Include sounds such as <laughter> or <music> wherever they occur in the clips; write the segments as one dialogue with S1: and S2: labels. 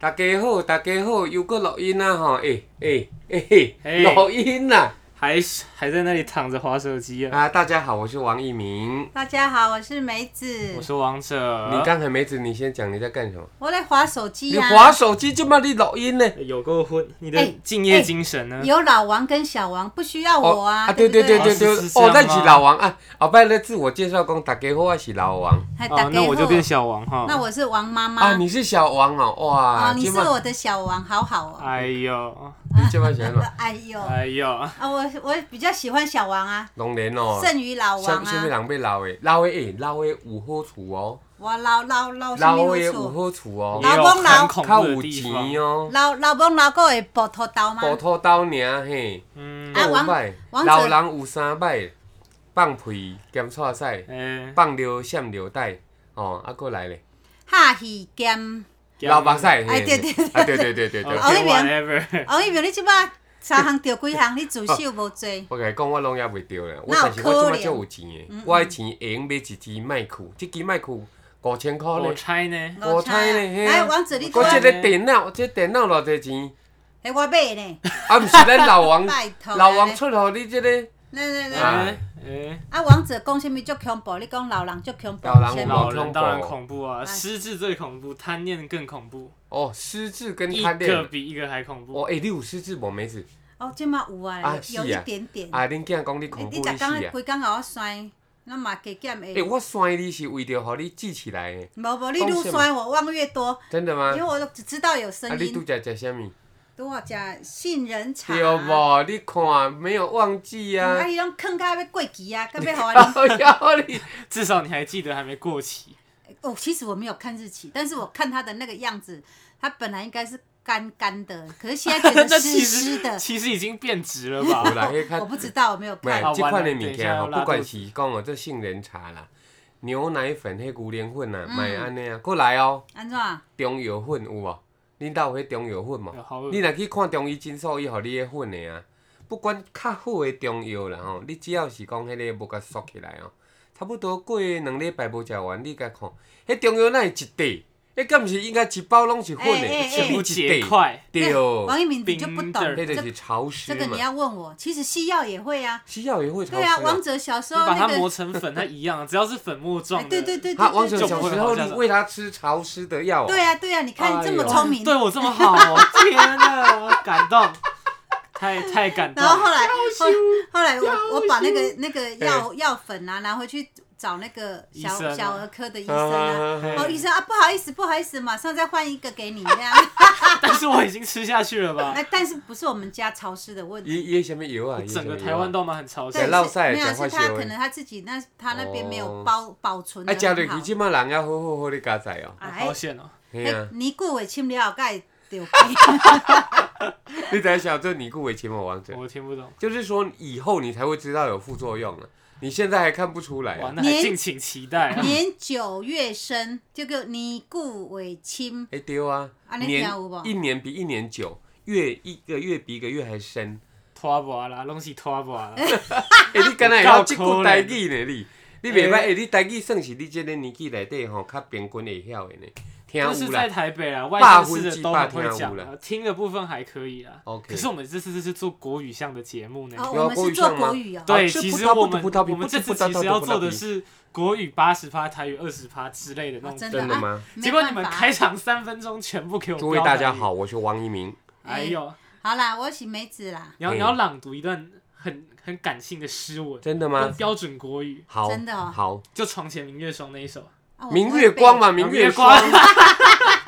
S1: 大家好，大家好，又搁录音啊吼！诶诶诶嘿，录音啦！
S2: 还是还在那里躺着划手机啊？
S1: 啊，大家好，我是王一鸣。
S3: 大家好，我是梅子，
S2: 我是王者，
S1: 你刚才梅子，你先讲你在干什么？
S3: 我在划手机
S1: 你
S3: 呀、
S1: 划手机，这么你录音呢？
S2: 有够混，你的
S3: 哎
S2: 敬业精神呢？
S3: 有老王跟小王，不需要我啊，
S1: 对
S3: 对
S1: 对对
S3: 对
S1: 对对
S2: 哦是，这样
S1: 哦，
S2: 吗
S1: 咱是老王啊！后摆咧自我介绍讲，大家好，我是老王
S3: 还打
S2: 哦，
S3: 给
S2: 那我就变小王哈。
S3: 那我是王妈妈
S1: 啊，你是小王哦，哇
S3: 哦，，你是
S1: 这么
S3: 我的小王，好好哦。
S2: 哎呦，
S1: 你这么喜欢嘛？
S3: 哎呦，啊，
S2: 哎呦，
S3: 我我比较喜欢小王啊，
S1: 当然
S3: <laughs>
S1: 哦，
S3: 胜于老王
S1: 什什么
S3: 啊。
S1: 人要老的？老的诶，老的有好处哦，
S3: 我老老老哦什
S1: 老
S3: 么
S1: 的有
S3: 有错？
S1: 好处哦
S2: 也，
S3: 老
S2: 有
S3: 公老
S2: 很恐
S1: 较
S2: 怖
S1: 有
S2: 的地方
S1: 钱。哦，
S3: 老老公老公会剥头刀吗？
S1: 无土豆尔嘿。
S2: 嗯，
S3: 啊
S1: 有
S3: 王
S1: 摆
S3: 王
S1: 老
S3: 者
S1: 人有三摆，放屁兼错屎，
S2: 哎，
S1: 放尿闪尿带，哦，啊，过来咧，
S3: 哈戏兼
S1: 流目屎，嘿
S3: 对
S1: 嘿
S3: 对
S1: 啊，对对对对对，
S3: 哦
S2: OK whatever，
S3: 王一鸣，你即摆三项着几项？你自首无做，
S1: 我甲你讲，我拢也袂着咧，我
S3: 哪有
S1: 但是我即
S3: 可
S1: 摆
S3: 能
S1: 足有钱诶，我的钱会用买一支麦克，即支麦克五千箍
S2: 我
S1: 咧，
S2: 猜呢，
S1: 我猜呢嘿
S3: 哎，王子你
S1: 搁
S2: 我
S1: 即
S2: 这
S1: 个
S3: 看，
S1: 电脑，即个电脑偌济钱，
S3: 哎，我买呢，
S1: 啊，毋是咱老王，
S3: <laughs> 拜托啊。
S1: 老王出互你即个
S3: 来来来。
S1: 啊
S2: 哎哎，
S3: 啊，王者讲什么足恐怖？你讲老人足恐怖，
S1: 老人
S3: 什么
S2: 老人当然恐怖啊，
S3: 哎
S2: 失智最恐怖，贪念更恐怖，
S1: 哦，失智跟
S2: 一
S1: 贪
S2: 个
S1: 恋，
S2: 比一个还恐怖
S1: 哦，。诶，你有失智无妹子？
S3: 哦，即嘛有啊，
S1: 啊
S3: 有
S1: 是啊
S3: 有一点点。
S1: 啊，恁囝讲你
S3: 你
S1: 恐
S3: 你
S1: 怖
S3: 逐
S1: 你死
S3: 工
S1: 啊！
S3: 规工甲我酸，咱嘛加减
S1: 诶、欸，
S3: 会。
S1: 我摔你是为着互你记起来的，
S3: 无无，你
S1: 讲
S3: 愈
S1: 什么
S3: 酸我忘越多，
S1: 真的
S3: 因
S1: 吗
S3: 为？我只知道有
S1: 啊，
S3: 声
S1: 你拄
S3: 音。
S1: 则食啥物？
S3: 拄好食杏仁茶。
S1: 对哦无？你看没有忘记
S3: 哦啊，
S1: 啊？ <laughs>
S3: 伊拢囥到要过期啊，到要互我
S1: 哎呀，你
S2: 至少你还记得还没过期。
S3: 啉。哦，其实我没有看日期，但是我看它的那个样子，它本来应该是干干的，可是现
S1: <laughs>
S3: 在
S2: <laughs>
S3: 变
S2: 那
S3: 成
S2: 其
S3: 湿湿
S2: 实
S3: 的。
S2: 其实已经变质了
S1: 有
S2: 吧？
S1: 啦，迄
S3: 我
S1: 较
S3: 不知道，我没有看。
S1: 袂，即款的物
S2: 等一下
S1: 件
S2: 要
S1: 吼，
S2: 拉
S1: 不管
S2: 肚子
S1: 是讲哦，这杏仁茶啦、牛奶粉、迄牛奶粉啊，卖安尼啊，过来哦，
S3: 安怎？啊，
S1: 中药粉有无？恁兜有迄中药粉
S2: 哎
S1: 无？
S2: 好恶
S1: 你若去看中医诊所，伊互你迄粉的啊，不管较好的中药啦吼，你只要是讲迄个无甲缩起来哦，差不多过两礼拜无食完，你甲看，迄中药哪会一袋？迄敢毋是应该一包拢是粉的，
S3: 哎哎哎
S1: 是
S2: 全部
S1: 不是一
S2: 结
S1: 袋？
S2: 块。
S1: 对哦，
S3: 王一鸣你就不
S2: 冰
S3: 懂，
S2: 的
S1: 迄
S3: 这
S1: 就是潮湿
S3: 这个
S1: 嘛哦
S3: 你。要问我，其实西药也会啊。
S1: 西药也会潮
S3: 对
S1: 湿、
S3: 啊，王。者小时
S2: 你
S3: 候
S2: 把
S3: 那
S2: 它
S3: 个，
S2: 磨成粉，它一
S3: <laughs>
S2: 样，啊只要是粉末状
S3: 哎，
S2: 的。
S3: 对对对对
S1: 他
S3: 对
S1: 王
S3: 对
S1: 者
S3: 对
S1: 小时候，你喂他吃潮湿的药、哦。
S3: 对啊对啊，你看你这么聪明。
S2: 对我这么好、哦，天哪，感动，太太感动
S3: <laughs> 然。后后来后后来我我把那个那个药药粉啊拿回去找那个
S2: 医生
S3: 小
S2: 啊
S3: 小儿科的医生啊。
S1: 啊。
S3: 哦，医生啊，不好意思，不好意思，马上再换一个给你这样。
S2: 但是我已经吃下去了吧？
S3: 哎，但是不是我们家潮湿的问题？
S1: 伊伊什么药啊？
S2: 整个台湾
S1: 都。
S2: 都蛮很潮湿
S3: 对，
S1: 哎，落
S3: 是
S1: 晒
S3: 没有，
S1: 讲话
S3: 是他
S1: 小的
S3: 可能他自己那他那边没有
S1: 哦
S3: 保保存
S1: 啊，
S3: 的
S1: 食落
S3: 很
S1: 去，
S3: 好。
S1: 即摆人还好好好咧加载哦。
S2: 好好险哦。
S1: 嘿
S3: 哎
S1: 啊，
S3: 尼固维清了，该丢。
S1: 你才晓得尼固维前嘛，王者，
S2: 我听不懂。
S1: 就是说以后你才会知道有副作用啊，你现在还看不出来
S2: 哇，
S1: 啊。
S2: 那还敬请期待、 <laughs> 啊。
S3: 年九月生，就叫尼固为亲。
S1: 哎对啊，
S3: 安尼听
S1: 年
S3: 有无
S1: 一年比一年久，月一个月比一个月还
S3: <laughs>
S1: 深。
S2: 拖博啦，拢是拖博啦。
S1: 哎，你敢若会
S2: 有
S1: 晓
S2: 够
S1: 即
S2: 可
S1: 句
S2: 怜
S1: 台语呢？你，你袂歹。
S2: 哎
S1: 哎，你台语算是你即个年纪内底吼较平均会晓的呢，听
S2: 就是
S1: 有
S2: 在
S1: 啦。
S2: 台北啦，啊外
S1: 霸
S2: 县
S1: 魂
S2: 市
S1: 记
S2: 的都
S1: 啊霸
S2: 很会
S1: 天
S2: 讲
S1: 舞
S2: 啦
S1: 啦，
S2: 听的部分还可以啦。
S1: OK
S2: 可是我们这次这是做国语项的节目呢。
S3: 哦，
S1: 有啊
S3: 我们
S1: 国
S3: 是
S1: 语
S3: 做
S1: 上吗
S3: 国语哦。
S2: 对，
S1: 是
S2: 其
S1: 葡
S2: 实
S1: 萄
S2: 我
S1: 不
S2: 们
S1: 葡萄皮
S2: 我们
S1: 不是
S2: 这次
S1: 葡萄
S2: 其实
S1: 皮
S2: 要
S1: 葡萄
S2: 做的
S1: 皮
S2: 是国语八十趴，台语二十趴之类的那
S3: 哦
S2: 种。
S3: 真
S1: 真的
S3: 的啊
S1: 吗？
S3: 没
S2: 结果
S3: 办
S2: 你们
S3: 法
S2: 开场三分钟全部给我。
S1: 诸位大家好，。我是王一鸣。
S2: 哎呦，
S3: 好啦，我是梅子啦，
S2: 你要
S1: 哎
S2: 你要朗读一段很很感性的诗文，
S1: 真的
S2: 用
S1: 吗？
S2: 标准国语，
S1: 好，
S3: 真的哦
S1: 好，
S2: 就《床前明月霜》那一首。
S3: 啊我
S1: 明
S3: 不会
S1: 月
S3: 背
S1: 光嘛，明
S2: 明
S1: 月
S2: 月
S1: 光
S2: 光， <laughs>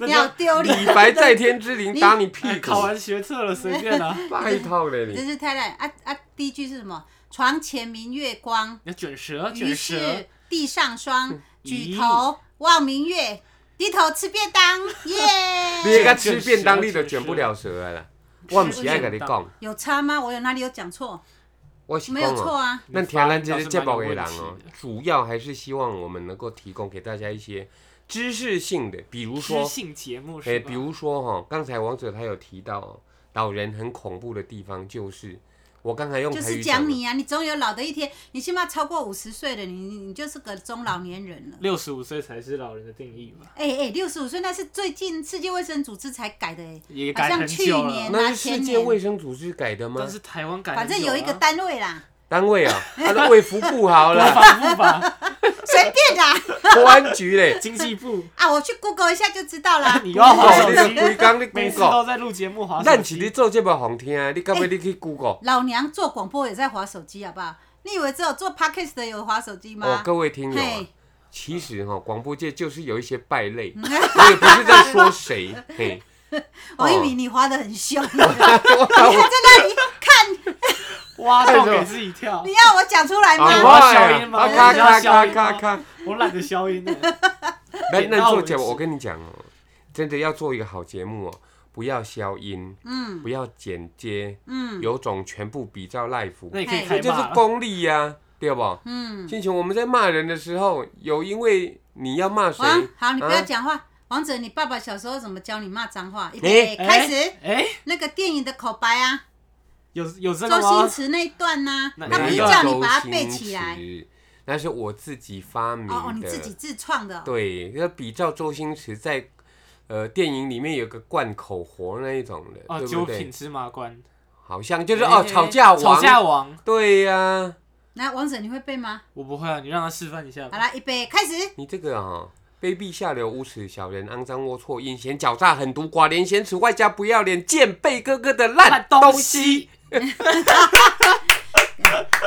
S3: <laughs> 你好丢
S1: 李
S3: 脸，
S1: 白在天之灵
S3: 你
S1: 打你屁
S2: 哎
S1: 股
S2: 考，完学测了，随便啦。
S1: 拜托了
S3: 你
S1: 你。
S3: 真是太烂啊啊！第一句是什么？床前明月光，
S2: 你要卷舌，
S3: 疑
S2: 卷舌
S3: 是。地上
S1: 嗯
S3: 霜。举
S2: 咦
S3: 头望明月，低头吃便当，
S1: <laughs>
S3: 耶！
S1: 你应该吃便当，
S2: 卷
S1: 你
S2: 舌
S1: 都卷不了舌啦。我唔是爱跟你讲，
S3: 有差吗？我有哪里有讲错？
S1: 我是
S3: 没
S1: 讲
S3: 有错
S1: 哦，
S3: 啊。
S1: 那听咱这些节目的人
S2: 你发音倒是蛮有
S1: 哦
S2: 问题，
S1: 主要还是希望我们能够提供给大家一些知识性的，比如
S2: 知
S1: 说，哎
S2: 性节目
S1: 诶，
S2: 是吧？
S1: 比如说哈，刚才王者他有提到哦，老人很恐怖的地方就是我刚才用
S3: 就
S1: 台
S3: 是
S1: 语讲
S3: 讲
S1: 了，
S3: 你啊，你总有老的一天。你起码超过五十岁了，你你你就是个中老年人了。
S2: 六十五岁才是老人的定义嘛，
S3: 哎哎，六十五岁那是最近世界卫生组织才改的哎、
S2: 也
S3: 好
S2: 改
S3: 像
S2: 很
S3: 去
S2: 久
S3: 年
S2: 了。
S1: 那
S3: 拿
S1: 是世
S3: 前
S1: 界
S3: 年
S1: 卫生组织改的吗
S2: 但？是台湾改很
S3: 反
S2: 久啊，
S3: 正有一个单位啦，
S1: 单位啊，他的卫福部好
S2: 国
S3: <laughs>
S1: 了，
S2: 防部吧，
S3: 随
S1: <laughs>
S3: 便啦。
S1: 国安局
S3: <laughs>
S1: 嘞。
S2: 经济部，
S3: 啊，我去 Google 一下就知道啦。
S2: 你又要
S1: 哦
S2: 划手，
S1: 你就
S2: 机，
S1: 规工你
S2: 每次
S1: Google，
S2: 都在录节目划手
S1: 咱是你
S2: 机。
S1: 做节目互听的，你敢
S3: 哎
S1: 要你去 Google？
S3: 老娘做广播也在划手机，好不好？你以为只有做 podcast 的有划手机吗？
S1: 哦，各位听友啊
S3: 嘿，
S1: 其实哈，广播界就是有一些败类，我也不是在说谁，嘿，
S3: <laughs> 我以为
S1: 哦
S3: 你划的很凶，你还在
S1: 我把我
S3: 那里看，
S2: 挖洞给自己跳
S3: <laughs> 你，要我讲出
S1: 啊，
S3: 来
S2: 你
S3: 吗？
S2: 要
S1: 我
S2: 消音吗
S1: 啊咔
S2: 你哦要
S1: 咔
S2: 消
S1: 咔
S2: 音
S1: 咔
S2: 吗
S1: 咔，
S2: 我懒得消音了。
S1: 咱
S2: 点
S1: 咱
S2: 到
S1: 做
S2: 为
S1: 节目，
S2: 止
S1: 我跟你讲哦，真的要做一个好节目哦，不要消音，
S3: 嗯
S1: 不要剪接，
S3: 嗯
S1: 有种全部比照 l i f
S2: 那
S1: e
S2: 你可以
S1: 这
S2: 开
S1: 就是
S2: 骂了，
S1: 功力呀、对不？
S3: 嗯，
S1: 先前我们在骂人的时候，有因为你要骂谁，
S3: 王，好，你不要
S1: 啊
S3: 讲话。王者，你爸爸小时候怎么教你骂脏话？预
S1: 哎
S3: 备，开始
S2: 哎。哎，
S3: 那个电影的口白啊，
S2: 有有这
S3: 周
S2: 个
S3: 星
S2: 吗？
S3: 驰那一段呐，
S2: 那
S3: 他不是
S1: 没有
S3: 叫你把它
S1: 周
S3: 背
S1: 星
S3: 起来？
S1: 驰，那是我自己发明的。
S3: 哦哦，你自己自创的哦。
S1: 对，要比照周星驰在呃电影里面有个贯口活那一种的，
S2: 哦，
S1: 对
S2: 九
S1: 不对
S2: 品？芝麻官，
S1: 好像就是、
S2: 哎
S1: 哦，吵架王，
S2: 吵架王，
S1: 对呀、
S3: 来，王者，你会背吗？
S2: 我不会啊，你让他示范一下
S3: 好
S2: 吧。
S3: 啦，预备，开始。
S1: 你这个啊、卑鄙下流、无耻、小人、肮脏、龌龊、阴险、狡诈、狠毒、寡廉、鲜耻、外加不要脸、贱、背哥哥的烂
S2: 烂东
S1: 西
S2: 西。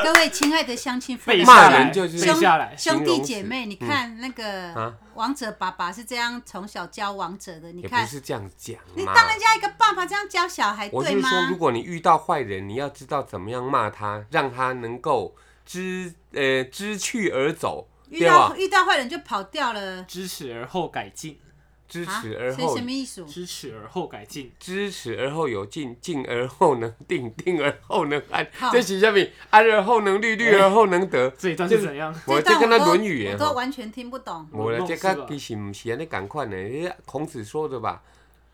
S3: 各位亲爱的乡亲父
S2: 背
S3: 老，
S2: 下
S1: 骂
S2: 来，
S1: 人就是
S2: 背下来，
S3: 兄
S1: 形
S3: 弟
S1: 容
S3: 姐
S1: 词嗯
S3: 妹，你看那个
S1: 啊
S3: 王者爸爸是这样从小教王者的，你
S1: 也不
S3: 看
S1: 是这样讲
S3: 你
S1: 嘛。
S3: 当人家一个爸爸这样教小孩，
S1: 我
S3: 对
S1: 是说，如
S3: 吗？
S1: 果你遇到坏人，你要知道怎么样骂他，让他能够知呃知趣而走，
S3: 遇
S1: 对
S3: 到
S1: 吧？
S3: 遇到坏人就跑掉了
S2: 知耻而后改进，
S1: 知
S3: 啊！
S1: 耻而
S3: 所以
S1: 后
S3: 什么意思？
S2: 知耻而后改进，
S1: 知耻而后有进，进而后能定，定而后能安
S3: 好。哎
S1: 这是下面安而后能虑，虑而后能得。
S2: 这一段
S1: 就是
S2: 怎样？
S1: 我
S3: 这
S1: 这跟他
S3: 段
S1: 《
S3: 我
S1: 论
S3: 都
S1: 语》耶
S3: 我都
S1: 吼，
S3: 完全听不懂。
S1: 我了
S2: 弄
S1: 这
S2: 死
S1: 个
S2: 吧
S1: 其实不是安尼赶款呢，孔子说的吧？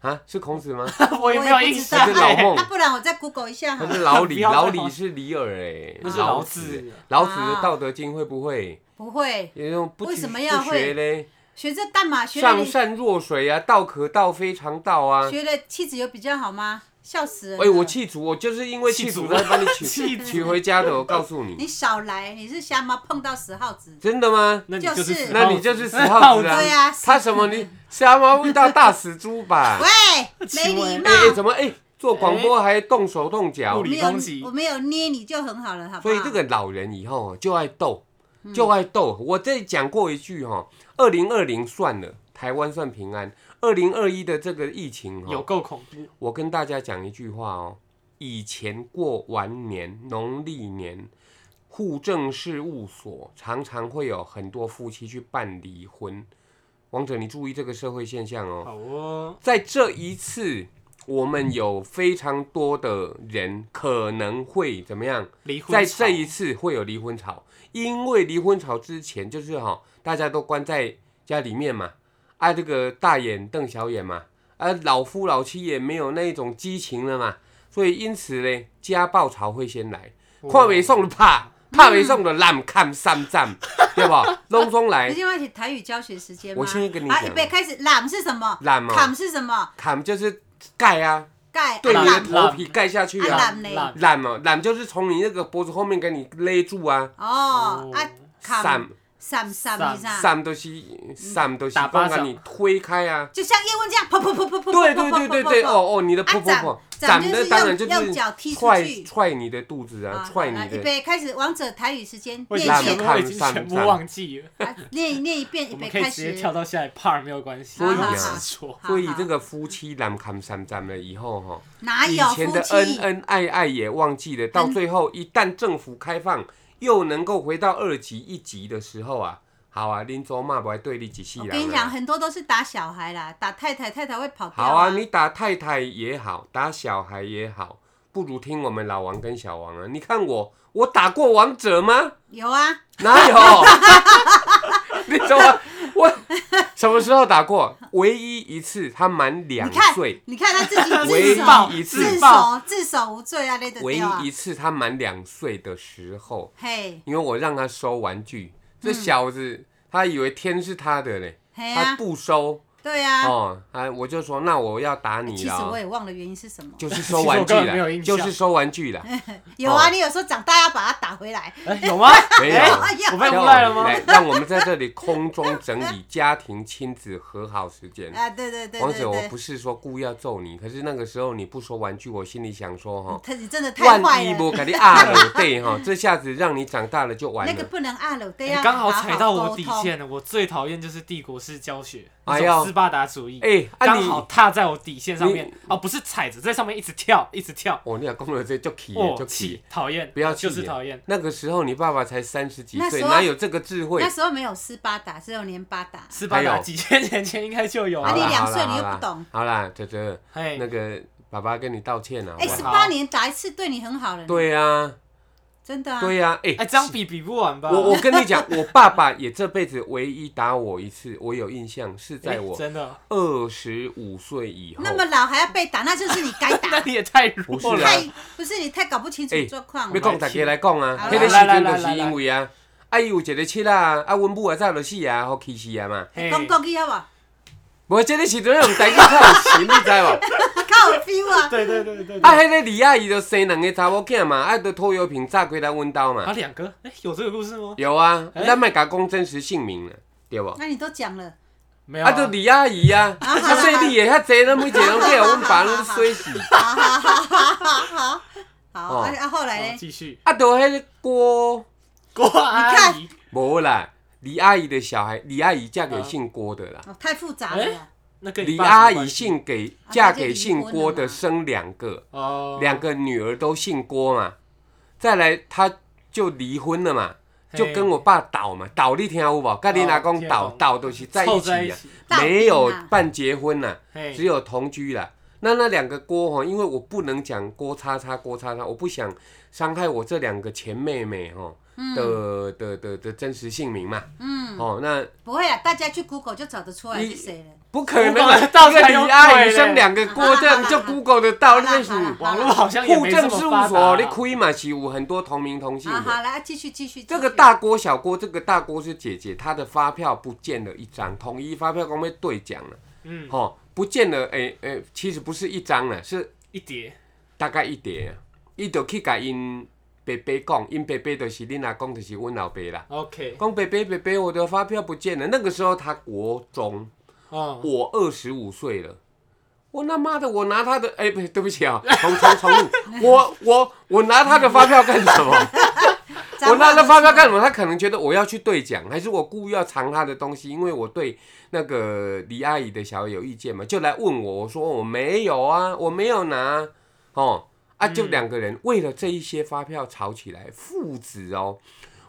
S1: 啊，是孔子
S3: <laughs>
S1: 吗？
S2: <laughs> 我也没有
S3: 也
S2: 印
S3: 不知
S1: 这
S2: 象
S3: 道。
S1: 是
S2: <laughs>
S1: 老孟
S3: <laughs> 啊，不然我再 Google 一下好
S1: 他
S3: 了。
S1: 是老李，
S2: 不要再
S1: 老
S2: 往
S1: 李是李耳哎，
S2: 那是
S1: 老
S2: 老子
S1: 老子的《
S3: 啊
S1: 道德经》会不会？
S3: 不会，
S1: 也用不
S3: 为
S1: 去
S3: 什么
S1: 不
S3: 要
S1: 学
S3: 会
S1: 嘞？
S3: 学这干嘛？学了
S1: 上
S3: 你
S1: 善若水啊，道可道非常道啊。
S3: 学了妻子有比较好吗？笑死人了！
S1: 哎，我弃卒，我就是因为弃
S2: 弃
S1: 卒
S2: 卒
S1: 才把你娶
S2: 弃卒
S1: 娶回家的。我告诉你
S3: <laughs> 你，少来，你是瞎猫碰到死耗子。
S1: 真的吗？
S2: 那你
S3: 就是
S2: 是
S1: 那你就是死耗子啊！
S3: 对啊死
S1: 他什么你瞎猫遇到大死猪吧？
S3: <laughs> 喂，
S2: <laughs>
S3: 没
S2: 请问
S3: 礼貌
S1: 哎。哎，怎么哎做广播还动手动脚
S2: 物
S3: 我？
S2: 理
S3: 没有
S2: 攻击
S3: 我没有捏你就很好了，好不
S1: 所
S3: 好？
S1: 以这个老人以后哦就爱斗，
S3: 嗯
S1: 就爱斗。我这里讲过一句哈，二零二零算了，台湾算平安。二零二一的这个疫情
S2: <laughs> 有
S1: 哦，
S2: 够恐怖，
S1: 我跟大家讲一句话哦，以前过完年农历年，户政事务所常常会有很多夫妻去办离婚。王者，你注意这个社会现象哦。
S2: 好哦，
S1: 在这一次，我们有非常多的人可能会怎么样？
S2: 离婚
S1: 在
S2: 潮
S1: 这一次会有离婚潮，因为离婚潮之前就是哈、大家都关在家里面嘛，啊，这个大眼瞪小眼嘛，啊，老夫老妻也没有那一种激情了嘛，所以因此呢，家暴潮会先来，看未爽就拍，拍未爽就滥砍三战，对吧？拢总
S3: 你
S1: 来
S3: 今晚是台语教学时间吗？
S1: 我现在跟你
S3: 啊，
S1: 讲
S3: 预备开始，懒是什么？
S1: 滥嘛，
S3: 砍是什么？
S1: 哦砍就是盖啊，
S3: 盖
S1: 对
S3: 啊
S1: 你的
S3: 懒
S1: 头皮盖下去
S3: 啊
S1: 啊，
S3: 懒呢？
S2: 懒
S1: 揽嘛，揽就是从你那个脖子后面给你勒住啊，
S3: 哦啊，砍
S1: 散
S3: 闪闪
S2: 闪
S3: 一下，
S1: 散都是散都是
S2: 打巴
S1: 光
S2: 掌
S1: 把你推开啊。
S3: 就像叶问这样，噗噗噗噗噗噗噗噗噗噗。
S1: 对对对对对，哦哦，你的
S3: 啊
S1: 噗噗噗，掌
S3: 掌掌就是
S1: 的当然
S3: 用
S1: 就
S3: 用
S1: 是
S3: 脚踢出
S1: 踹
S3: 去
S1: 踹你的肚子啊，
S3: 啊。
S1: 踹
S3: 好来
S1: 你
S3: 预
S1: 的。
S3: 备开始，王者台语时间
S2: 我已
S3: 念
S2: 经
S1: 烂
S3: 一
S2: 全部
S1: 嘛看
S2: 我已经
S3: 遍，
S2: 全部
S1: 散
S2: 忘记了，
S3: 啊念念一遍，
S2: 我
S3: 预备
S2: 们可以
S3: 开
S2: 直接
S3: 始。
S2: 跳到下一 part 没有关系，
S1: 所以
S2: 我
S1: 啊
S2: 们只说
S3: 好
S1: 所以
S3: 好
S1: 这个夫妻难堪三战了以后哈，
S3: 哪
S1: 以
S3: 有
S1: 前
S3: 夫
S1: 的恩
S3: 妻？
S1: 恩爱爱也忘记了，到
S3: 嗯
S1: 最后一旦政府开放，又能够回到二级一级的时候啊，好啊，林州骂不来对立几细
S3: 我
S1: 人。啊
S3: 跟你讲，很多都是打小孩啦，打太太，太太会跑掉、
S1: 好啊，你打太太也好，打小孩也好，不如听我们老王跟小王啊。你看我，我打过王者吗？
S3: 有啊，
S1: <laughs> 哪有？你怎么？我什么时候打过？唯一一次，他满两
S3: 你看
S1: 岁，
S3: 你看他自
S1: <laughs>
S3: 己
S1: 唯
S3: 自首，
S1: 一一次
S3: 自首自首无罪啊，那的
S1: 唯
S3: 对啊
S1: 一一。次他满两岁的时候，
S3: 嘿，
S1: 因为我让他收玩具，这小子他以为天是他的嘞，
S3: 嘿
S1: 他
S3: 啊，
S1: 不收
S3: 对啊。
S1: 哦，啊，我就说那我要打你
S3: 其实我
S1: 了，
S3: 也忘了原因是什么。
S1: 就是
S2: <laughs> 其
S1: 收
S2: 实
S1: 玩
S2: 我
S1: 具
S2: 根本没有
S1: 了，
S2: 印
S1: 就
S2: 象
S1: 是收玩具
S3: <laughs>
S1: 了，
S3: 有啊，
S1: 哦
S3: 你有时候长大要把它打回来。
S2: 哎，有 <laughs> 吗？
S1: 没有
S2: 哎
S3: <laughs> 哎呀
S2: 我被诬赖了吗？
S1: 来，让我们在这里空中整理家庭亲子和好时间。
S3: 啊，对对对
S1: 王子，
S3: 对
S1: 我
S3: 对。
S1: 不是说故意要揍你，可是那个时候你不说玩具，我心里想说哈，
S3: 他你真的太
S1: 万
S3: 坏
S1: 一
S3: 了，
S1: 不给你啊耳对
S3: <laughs>
S1: 哈，这下子让你长大了就完
S3: 那个
S1: 了。
S3: 不能按了，对
S2: 哎你
S3: 要
S2: 刚
S3: 好
S2: 好踩到我
S3: 沟
S2: 底
S3: 通。
S2: 线了。我最讨厌就是帝国式教学，
S1: 哎
S2: 那
S1: 呦
S2: 种斯巴达主义。
S1: 哎，啊
S2: 刚
S1: 你，
S2: 好踏在我底线上面
S1: 你
S2: 啊，不是踩着，在上面一直跳，一直跳，
S1: 哦，你俩公了这就气耶，
S2: 哦
S1: 就气耶。
S2: 气，讨厌，
S1: 不要气
S2: 就
S1: 耶
S2: 是讨厌。
S1: 那个时候你爸爸才三十几
S3: 那
S1: 岁，
S3: 时候
S1: 哪有这个智慧
S3: 那？时候没有斯巴达，只有连巴达。
S2: 斯巴
S1: 还
S2: 达
S1: 有
S2: 几千年前应该就有
S3: 啊
S1: 好
S3: 你
S1: 啦
S2: 了，哎
S3: 两
S1: 好啦
S3: 岁你又
S1: 好啦
S3: 不懂
S1: 好啦，哲哲，
S2: 嘿
S1: 那，个爸爸跟你道歉啊。
S3: 哎，
S1: 好不
S3: 十
S2: 是
S1: 好
S3: 八年打一次对你很好了，，
S1: 对呀，
S3: 真的啊。
S1: 对呀，哎
S2: 哎，这样比比不完吧？ <laughs>
S1: 我我跟你讲，我爸爸也这辈子唯一打我一次，我有印象是在
S2: 哎
S1: 我
S2: 真的，
S1: 二十五岁以后
S3: 那。么老还要被打，那就是你该打
S1: <laughs>
S2: <laughs> 那。你也太
S1: 不是
S2: 弱
S1: 啊
S2: 了。
S3: 太不是你太搞不清楚
S1: 哎
S3: 状况
S1: 要
S3: 了。
S1: 讲大家来讲啊，
S3: 好
S1: 迄个时
S2: 来来
S1: 阵就
S2: 来
S1: 是因为啊，啊伊有一个七啊，啊阮母啊早就死啊，互气死啊嘛。
S2: 嘿
S3: 哎讲国语好不啊好？
S1: 无即个时阵用台语较有神，你知无？
S3: 较有 feel 啊！
S2: 对对对对对，
S1: 啊，迄个李阿姨就生两个查某囝嘛，啊，就拖油瓶炸开来阮兜
S2: 啊
S1: 嘛。
S2: 两个，哎，有这个故事吗？
S1: 有啊，
S2: 哎
S1: 咱莫甲讲真实姓名啊，对无？
S3: 那你都讲了，
S2: 没有
S1: 啊，就李阿姨
S3: <laughs>
S1: 啊，
S3: 啊
S1: 啊，所以你也较济，咱每一个人计互阮爸拢衰死。
S3: 好好好好好好好
S1: 哦
S3: 啊啊！后来
S2: 好
S3: 呢？
S2: 继续，
S1: 啊，就迄个郭
S2: 郭阿姨，
S1: 无啦，李阿姨的小孩，李阿姨嫁给姓郭的啦。
S3: 哦，太复杂了
S1: 哎
S3: 啦。
S2: 那跟嗯你
S1: 李
S2: 爸什么
S1: 阿姨
S2: 关系
S1: 姓给
S3: 啊
S1: 嫁
S3: 那就
S1: 给
S3: 离
S1: 姓
S3: 婚
S1: 郭
S3: 了
S1: 的
S3: 嘛
S1: 生两个，
S2: 哦，
S1: 两个女儿都姓郭嘛。再来，她就离婚了嘛，就
S2: 嘿
S1: 跟我爸倒嘛，倒你听有无？跟你
S2: 哦
S1: 阿公
S2: 听
S1: 倒
S2: 懂
S1: 倒都是在一
S2: 凑在
S1: 起
S2: 一
S1: 啊
S2: 起，
S3: 到底
S1: 没有
S3: 嘛
S1: 办结婚啊呐，
S2: 嘿
S1: 只有同居啦。那那两个郭哈，因为我不能讲郭叉叉郭叉叉，我不想伤害我这两个前妹妹哈
S2: 嗯
S1: 的的的的真实姓名嘛。嗯，哦，那
S3: 不会啊，大家去 Google 就找得出来
S1: 你
S3: 是谁了。
S1: 不可能
S2: Google
S1: 啊！
S2: 得到
S1: 一个
S2: 才有
S1: 李阿姨
S2: 鬼嘞
S1: 生两个锅，这样就 Google 得到。
S3: 好
S1: 那
S3: 啦
S1: 是
S2: <laughs>
S3: 好啦
S2: 网络好像也
S1: 户
S2: 没这
S1: 政
S2: 么
S1: 事务
S2: 发达
S1: 所，
S2: 啊
S1: 你亏嘛是有很多同名同姓
S3: 好好
S1: 的。
S3: 来，啊继续继续。
S1: 这个
S3: 继续
S1: 大锅小锅，这个大锅是姐姐，她的发票不见了一张，统一发票公会兑奖了，
S2: 嗯
S1: 哦，不见了，诶诶，其实不是一张了，是
S2: 一叠，
S1: 大概一叠啊。伊就去甲因伯伯讲，因伯伯就是恁阿公，就是阮老爸啦。
S2: OK，
S1: 讲伯伯伯伯，我的发票不见了。那个时候他国中，
S2: 哦，
S1: 我二十五岁了，我他妈的，我拿他的，哎、不，对不起啊，重重重录，我我我拿他的发票干什么？我拿他的发票干什么？他可能觉得我要去兑奖，还是我故意要藏他的东西？因为我对那个李阿姨的小孩有意见嘛，就来问我，我说我没有啊，我没有拿，哦，啊，就两个人为了这一些发票吵起来，父子哦，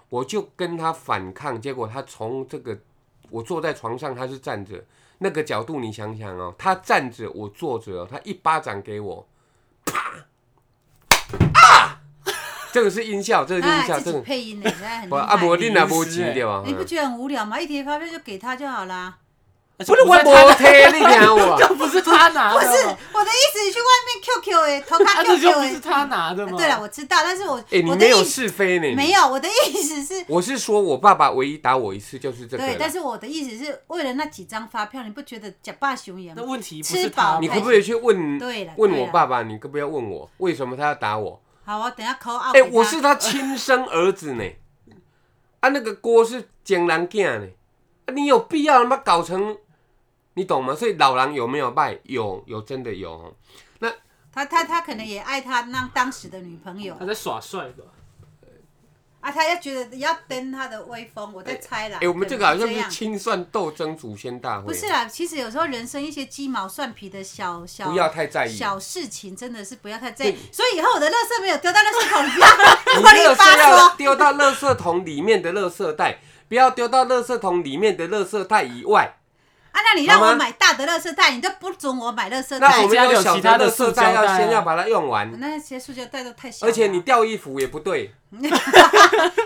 S1: 我就跟他反抗，结果他从这个我坐在床上，他是站着，那个角度你想想哦，他站着，我坐着、哦，他一巴掌给我，啪啊！这个是音效，这个是音效，这
S3: 哎，自己
S1: 个
S3: 配音的，现在很
S1: 不
S3: 厉害
S1: 啊，无你若无
S2: 你
S1: 钱
S2: 是
S1: 对吧？嗯
S3: 你不觉得很无聊吗？一叠发票就给他就好啦。
S1: 不是我无
S3: <laughs>
S1: 贴，你啊听有无？
S2: 这不是他拿
S3: 不
S2: 的，
S1: 啊
S3: 是我的意思，你去外面 QQ 哎，投他
S2: 啊，这
S3: QQ
S2: 就不是
S3: 哎。
S2: 他拿的吗？
S3: 对了，我知道，但是我
S1: 哎，你
S3: 我的
S1: 没有
S3: 意思
S1: 是非呢？
S3: 没
S1: 有，
S3: 有，我的意思是。
S1: 我是说我爸爸唯一打我一次就是这个
S3: 对，
S1: 了
S3: 但。是我的意思是为了那几张发票，你不觉得假霸雄言
S2: 那
S3: 吗？
S2: 问题不
S3: 吃
S2: 是
S3: 饱
S2: 他，
S1: 你可不可以去问
S3: 对了，
S1: 问
S3: 对
S1: 我
S3: 了
S1: 爸爸？你可不要问我为什么他要打我？
S3: 好，我等一下 call out
S1: 哎，
S3: 给他
S1: 我是他亲生儿子呢，啊，那个锅是江南囝呢，啊，你有必要他妈搞成，你懂吗？所以老狼有没有拜？有，有真的有哦。
S3: 他他他可能也爱他那当时的女朋友
S2: 他在耍帅吧？
S3: 啊，他要觉得要登他的威风，我在猜啦。
S1: 哎，我们这个好像
S3: 可能
S1: 是
S3: 啊样
S1: 清算斗争祖先大会，
S3: 不是啊啦，其实有时候人生一些鸡毛蒜皮的小小
S1: 不要太在意。
S3: 小事情，真的是不要太在意
S1: 对。
S3: 所以以后我的垃圾没有丢到垃圾桶，
S1: <laughs>
S3: 不要
S1: 你
S3: 乱七
S1: 垃
S3: 八
S1: 圾要
S3: 糟。
S1: 丢到垃圾桶里面的垃圾袋，不要丢到垃圾桶里面的垃圾袋以外。
S3: 啊，那你让
S1: 妈
S3: 我
S1: 妈
S3: 买大的垃圾袋，你都不准我买垃圾
S1: 那
S3: 袋
S1: 我。们
S2: 家里
S1: 有
S2: 有
S1: 小
S2: 其他的
S1: 垃圾袋，
S2: 塑胶袋
S1: 要
S2: 啊
S1: 先要把它用完。
S3: 嗯那些塑胶袋都太小了。
S1: 而且你掉衣服也不对，
S3: 你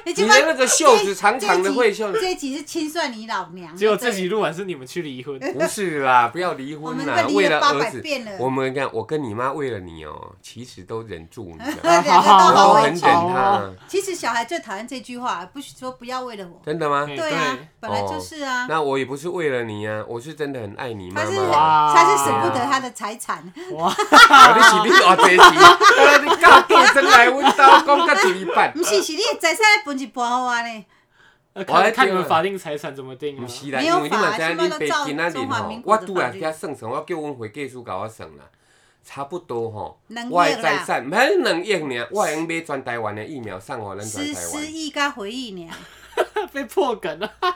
S1: 你
S3: 今
S1: 的
S3: 晚
S1: 那个袖子长长的会袖，
S3: 这一集是清算你老娘，
S2: 结果这集录完是你们去离
S3: 嗯
S1: <laughs>
S2: 婚，
S1: 不是啦，不要离
S3: 我
S1: 婚
S3: 们
S1: 啦，
S3: 都离
S1: 为了
S3: 了八
S1: 儿
S3: 百
S1: 子。
S3: 遍了，
S1: 我们看，我跟你妈为了你哦、其实都忍住，你知道吗，
S3: <laughs> 两个都
S1: 我
S3: 啊好哦
S1: 都
S3: 委
S1: 很
S3: 屈
S1: 忍。她。
S3: 其实小孩最讨厌这句话，不许说不要为了我。
S1: 真的吗
S2: 哎？
S3: 对啊
S2: 对，
S3: 本来就是啊，
S1: 那我也不是为了你啊，我是真的很爱你妈
S3: 他是
S1: 妈。
S2: 哇
S3: 他是舍不得他的财产，
S2: 哇，
S1: 啊，你是你哦，这是，啊，你搞定真来阮兜讲到一礼拜，
S3: 不是是你的财产分一半给我呢。
S2: 呃
S1: 我还
S2: 看看你
S1: 丢
S2: 们
S1: 了
S2: 法定财产怎么定啊
S1: 毋？是啦，
S3: 没
S1: 因
S3: 有
S1: 为你嘛知
S3: 法
S1: 影
S3: 现在
S1: 恁
S3: 都
S1: 爸
S3: 照
S1: 今仔日
S3: 中华
S1: 吼
S3: 民，国
S1: 我
S3: 的
S1: 拄来
S3: 法律
S1: 遐算算，我叫阮会计师甲我算啦，差不多吼，
S3: 两
S1: 我的
S3: 亿
S1: 财
S3: 啦，
S1: 产毋免两亿尔，我会用买全台湾的疫苗送互咱全
S3: 十
S1: 台
S3: 十亿加回忆
S1: <laughs>
S3: 呢，
S2: <laughs> 被破梗了， <laughs>
S1: 湾。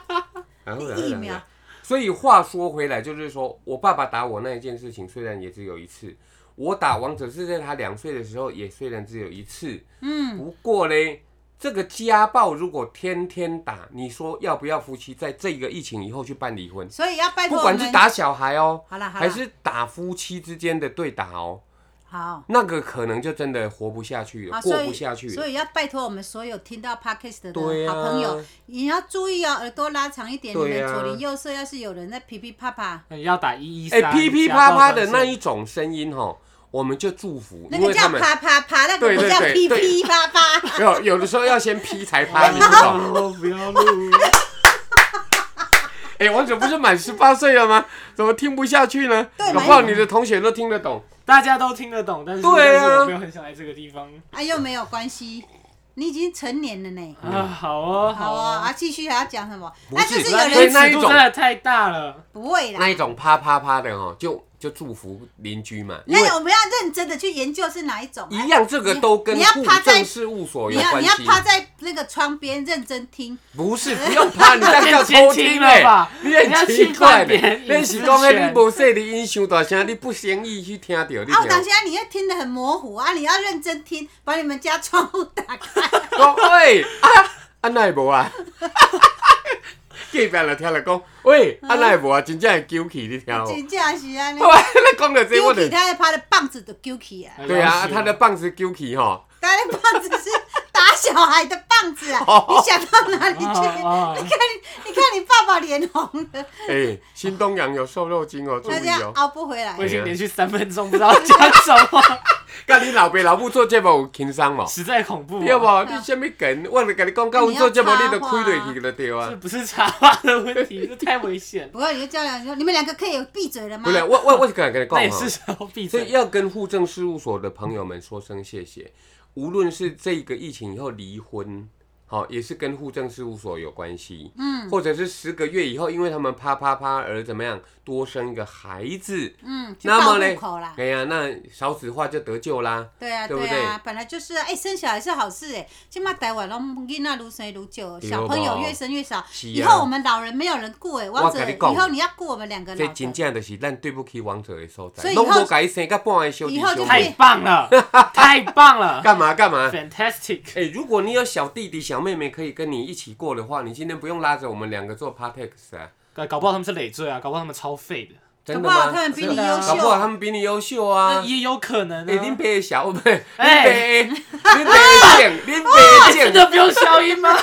S1: 然后
S3: 疫苗。
S1: 所以话说回来，就是说我爸爸打我那一件事情，虽然也只有一次，我打王者是在他两岁的时候，也虽然只有一次，
S3: 嗯，
S1: 不过嘞，这个家暴如果天天打，你说要不要夫妻在这个疫情以后去办离婚？
S3: 所以要拜
S1: 不
S3: 托我
S1: 管是
S3: 们。
S1: 打小孩哦，
S3: 好了好
S1: 还
S3: 了，
S1: 是打夫妻之间的对打哦，
S3: 好，
S1: 那个可能就真的活不下去了，
S3: 啊
S1: 过
S3: 所以
S1: 不下去了。
S3: 所以要拜托我们所有听到 podcast
S1: 对
S3: 的
S1: 啊
S3: 好朋友，你要注意哦，耳朵拉长一点，你
S1: 对啊
S3: 们左邻右舍要是有人在噼噼啪啪，
S2: 那你要打一一
S1: 哎
S2: 三，，
S1: 噼噼啪啪的那
S2: 一
S3: <laughs>
S1: 一种声音哦，我们就祝福，
S3: 那
S1: 因
S3: 个
S1: 为
S3: 叫
S1: 他们
S3: 啪啪啪，那个
S1: 对
S3: 不
S1: 对
S3: 叫
S1: 对
S3: 噼
S1: 对
S3: 噼啪啪。
S1: 没有有的时候要先劈才
S3: <laughs>
S1: 啪，你
S2: 不
S1: 知道
S2: <laughs>
S1: 吗？
S2: 要哦不要录，
S1: 哎，王者不是满十八岁了吗？怎么听不下去呢？
S3: 对
S1: 搞不好你的同学都听得懂。
S2: 大家都听得懂，但是
S1: 对啊
S2: 但是我没有很想来这个地方
S3: 啊，又没有关系，你已经成年了呢。
S1: 嗯
S2: 啊。好哦，
S3: 好啊，
S2: 哦，
S3: 啊，继续还要讲什么？
S1: 不
S3: 啊，
S1: 是
S3: 就是有
S1: 所以
S3: 人
S1: 那一
S2: 尺
S1: 种
S2: 度真的太大了，
S3: 不会
S1: 那
S3: 啦。
S1: 一种啪啪啪的哦，就就祝福邻居嘛，因为
S3: 那我们要认真的去研究是哪一种啊、
S1: 一样这个都跟
S3: 你要
S1: 户
S3: 趴在
S1: 政事务所
S3: 你
S1: 有
S3: 要
S1: 关
S3: 你要
S1: 系。
S3: 趴在那个窗边认真听，
S1: 不是，不用趴，你这样叫偷听
S2: 了
S1: 嘞。
S2: 吧？
S1: 你很奇怪嘞，
S2: 你
S1: 你
S2: 要侵犯别人隐私
S1: 是讲诶，
S2: 权
S1: 你无说你音伤大声，你不愿意去听到，你
S3: 啊，我当
S1: 听。
S3: 下你要听得很模糊啊，你要认真听，把你们家窗户打开，
S1: 讲 <laughs> 喂啊，啊那会无啊？隔壁就听了讲，喂，啊那会无啊？真正会丢弃你听无？ <laughs>
S3: 真正是安尼
S1: 我。那讲到这我
S3: 啊丢
S1: 就
S3: 弃他的他的棒子都丢弃啊，
S1: 对啊，
S2: 要
S1: 啊
S2: 死
S1: 他的棒子丢弃吼，
S3: 他的棒子是打小孩的棒
S1: <laughs>
S3: 子啊，
S1: 哦
S3: 你想到哪里
S1: <laughs>
S3: 去？
S2: 哦
S3: 你看你，你看你爸爸脸红了，
S1: 哎，新东阳有瘦肉精哦，注
S3: 他这
S1: 意
S3: 样
S1: 哦。
S3: 熬不回来
S2: 我。已经连续三分钟不知道讲什么，
S1: 甲你老爸老母做节目有轻松无？
S2: 实在恐怖
S1: <laughs>
S2: 哦。
S1: 对无？你什么梗？我就甲你讲，甲阮做节目，
S3: 你要插
S1: 你
S3: 话
S1: 就开落去就对
S2: 这
S1: 啊。
S2: 不是插话的问
S1: <laughs>
S2: 题，这太危险。
S3: 不过你就叫两说，你们两个可以有闭嘴了吗
S1: 不？是，我我我是敢跟你
S2: 那也
S1: 讲
S2: 是
S1: 吼，
S2: 时候闭
S1: 所以
S2: 嘴。
S1: 要跟户政事务所的朋友们说声谢谢。无论是这个疫情以后离婚，好、也是跟户政事务所有关系，
S3: 嗯
S1: 或者是十个月以后，因为他们啪啪啪而怎么样多生一个孩子，
S3: 嗯，去
S1: 那
S3: 报
S1: 么
S3: 户
S1: 嘞
S3: 口啦，。
S1: 哎呀，那少子化就得救啦。
S3: 对啊，
S1: 对不
S3: 对啊，本来就是啊，哎，生小孩是好事哎，起码台湾拢囡仔愈生愈少，
S1: 对
S3: 小朋友
S1: 吧
S3: 越生越少。
S1: 是
S3: 以后我
S1: 啊，
S3: 们老人没有人顾哎，
S1: 我
S3: 王子，
S1: 跟你
S3: 以
S1: 讲
S3: 后你要顾我们两个
S1: 这
S3: 老
S1: 真
S3: 人。
S1: 正就是咱对不起王者的所
S3: 所
S1: 在，
S3: 以以后
S1: 拢无改生到半个小弟
S3: 以后
S1: 小
S3: 就
S1: 妹
S2: <laughs> 太
S3: <laughs>
S1: <laughs>
S2: 棒了，太棒了
S1: 干嘛干嘛。
S2: ，fantastic！
S1: 哎、如果你有小弟弟、小妹妹可以跟你一起过的话，你今天不用拉着我们两个做 partex 啊，
S2: 搞搞不好他们是累赘啊，搞不好他们超废的，
S1: 真的
S3: 搞不好
S1: 吗？
S3: 他们比
S2: 真
S3: 你
S2: 的
S3: 优
S2: 啊
S1: 搞不好他
S3: 秀，嗯
S1: 们比你优秀
S2: 那
S1: 啊！
S2: 也有可能
S1: 哎、林
S2: 啊。
S1: 北的小，不是，林
S2: 哎
S1: 北，林北贱，
S3: <laughs>
S1: 林北
S2: 真
S1: 贱，
S2: 的不用消音
S1: <laughs>
S2: 吗？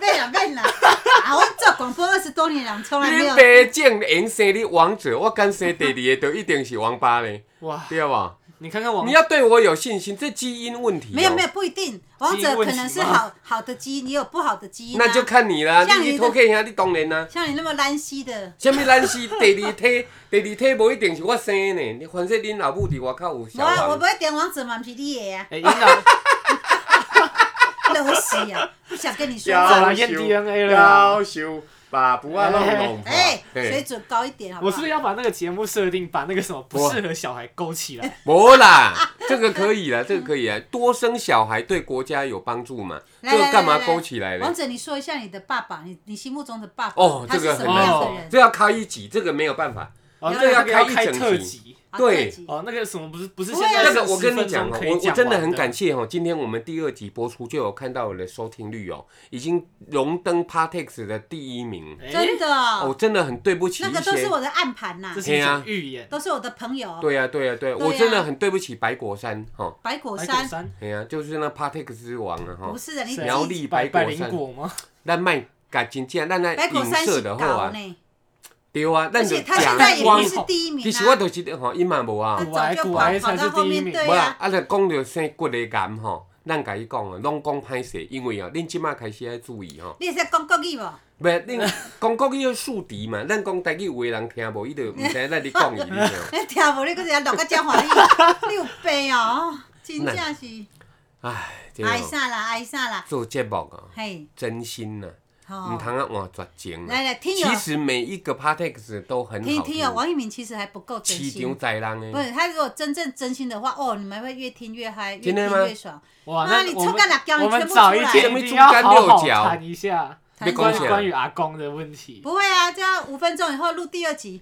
S3: 变了变了。 <laughs> 啊，我做广播二十多年了，从来没
S1: 林
S3: 有。
S1: 北贱，能生你王者，我敢生第二个就一定是王八
S3: <laughs>
S1: 嘞，
S2: 哇，
S1: 对吧？
S2: 你看看王
S1: 你，要对我有信心，这基因问题、哦
S3: 没有没有，，不一定，王者可能是
S2: 基因问题吗
S3: 好好的基因，也有不好的基因啊。
S1: 那就看你啦，
S3: 像
S1: 你去
S3: 你
S1: 偷
S3: 的
S1: 看一下，你当然啦、
S3: 像你那么懒兮的，
S1: 什么咱
S3: <laughs>
S1: 是第二胎，第二胎无一定是我生的呢，你反正恁老母伫外口有
S3: 我
S1: 小
S3: 啊我
S1: 王
S3: 不。会点王者嘛，不是你的啊，
S2: 哎，英朗
S3: 乐死
S1: <laughs>
S3: 啊，不想跟你说
S2: 要
S3: 话。
S2: 啦验 DNA 了啦
S1: 要修把不啊弄弄破。
S3: 哎，水
S1: 嘿，
S3: 准高一点好
S2: <laughs>
S3: 不
S2: 我
S3: 好？
S2: 是不是要把那个节目设定，把那个什么不适合小孩勾起来？
S1: 无啦， <laughs> 这个可以啦，这个可以啊，多生小孩对国家有帮助嘛，
S3: 来
S1: 这个
S3: 来
S1: 干嘛
S3: 来来
S1: 勾起来
S3: 王
S1: 呢？
S3: 者，你说一下你的爸爸，你你心目中的爸爸，
S1: 哦
S3: 他
S1: 这个
S3: 是什
S1: 很
S3: 么样的
S2: 难
S3: 人？
S1: 这要开一集，这个没有办法，
S2: 哦，
S3: 要
S2: 那个
S1: 啊要
S2: 要
S1: 给他一
S2: 开
S1: 整
S2: 特
S1: 集
S2: 辑
S3: 啊
S1: 对
S3: 特辑
S2: 哦，那个什么不是不是
S3: 不
S2: 现
S3: 会啊
S2: 在
S1: 那个
S2: 是
S1: 我跟
S2: 10
S1: 你
S2: 分
S1: 讲
S2: 钟
S1: 哦，
S2: 可以
S1: 我我
S2: 讲
S1: 真的
S2: 完
S1: 很感谢哦，今天我们第二集播出就有看到我的收听率哦，已经荣登 Partex 的第一名。
S2: 哎
S3: 真的
S1: 哦，
S3: 哦，
S1: 我真的很对不起
S3: 那
S1: 一
S3: 个都
S1: 些
S3: 是，我的暗盘呐
S2: 这，是
S1: 嘿
S2: 一
S1: 啊
S2: 种预言。
S3: 都是我的朋友，
S1: 对呀对呀对啊，
S3: 对啊
S1: 我真的很对不起白果山哈，
S3: 白果
S2: 白
S3: 山
S2: 果山
S1: 哎呀，就是那 Partex 之王啊哈
S3: 不，是的，你
S2: 谁
S3: 自己
S1: 苗栗
S2: 百
S1: 白
S2: 百
S1: 果
S2: 灵
S1: 山，
S2: 果吗？
S1: 咱卖甲真正咱来
S3: 白果
S1: 影
S3: 山
S1: 射
S3: 是
S1: 的好
S3: 搞
S1: 啊，
S3: 呢，
S1: 对啊，咱
S3: 而
S1: 就
S3: 且他现在
S1: 讲
S3: 也
S1: 光
S3: 不。是第一名
S1: 其实我
S3: 啊，
S1: 就是吼，伊嘛无啊
S3: 他。
S2: 古癌古癌才
S3: 早就跑跑
S2: 是
S3: 到后
S2: 第一
S3: 面，
S2: 名
S3: 对
S1: 无
S3: 呀
S1: 啦，，啊，著讲着生骨的癌吼，咱甲伊讲啊，拢讲歹势，因为哦，恁即马开始爱注意吼，
S3: 你会使讲国语无？
S1: 袂恁
S3: <laughs>
S1: 讲国语要树敌嘛，咱讲台语有的人听无，伊著毋知咱咧讲伊，
S3: <laughs>
S1: 你知无？
S3: 你听无？你搁一下录到遮
S1: <laughs>
S3: 欢喜，你有病哦！真正是
S1: 唉，这
S3: 爱
S1: 哦，
S3: 啥啦，爱啥啦，
S1: 做节目啊，
S3: 嘿，
S1: 真心呐，毋
S3: 吼，
S1: 通啊换绝情啊。
S3: 哦来来，听友
S1: 其，实每一个 partex 都很
S3: 听
S1: 好
S3: 听
S1: 听
S3: 友，，王一鸣其实还不够真
S1: 市
S3: 心
S1: 场，在人
S3: 不
S1: 诶，
S3: 是他如果真正真心的话，哦，你们会越听越嗨，越
S1: 真的
S3: 听
S1: 吗
S3: 越爽。
S2: 哇，
S3: 妈
S2: 那
S3: 你
S2: 我
S3: 臭干辣
S2: 们
S3: 椒你
S2: 我
S3: 全
S2: 们
S3: 部
S2: 早
S3: 出
S2: 一
S3: 来
S1: 什么
S2: 天一定
S1: 猪
S2: 要
S1: 肝
S2: 好
S1: 六
S2: 好
S1: 角
S2: 谈一下
S3: 谈一下
S2: 关
S1: 你讲
S2: 于
S1: 起来
S2: 关于阿公的问题。
S3: 不会啊，这样五分钟以后录第二集，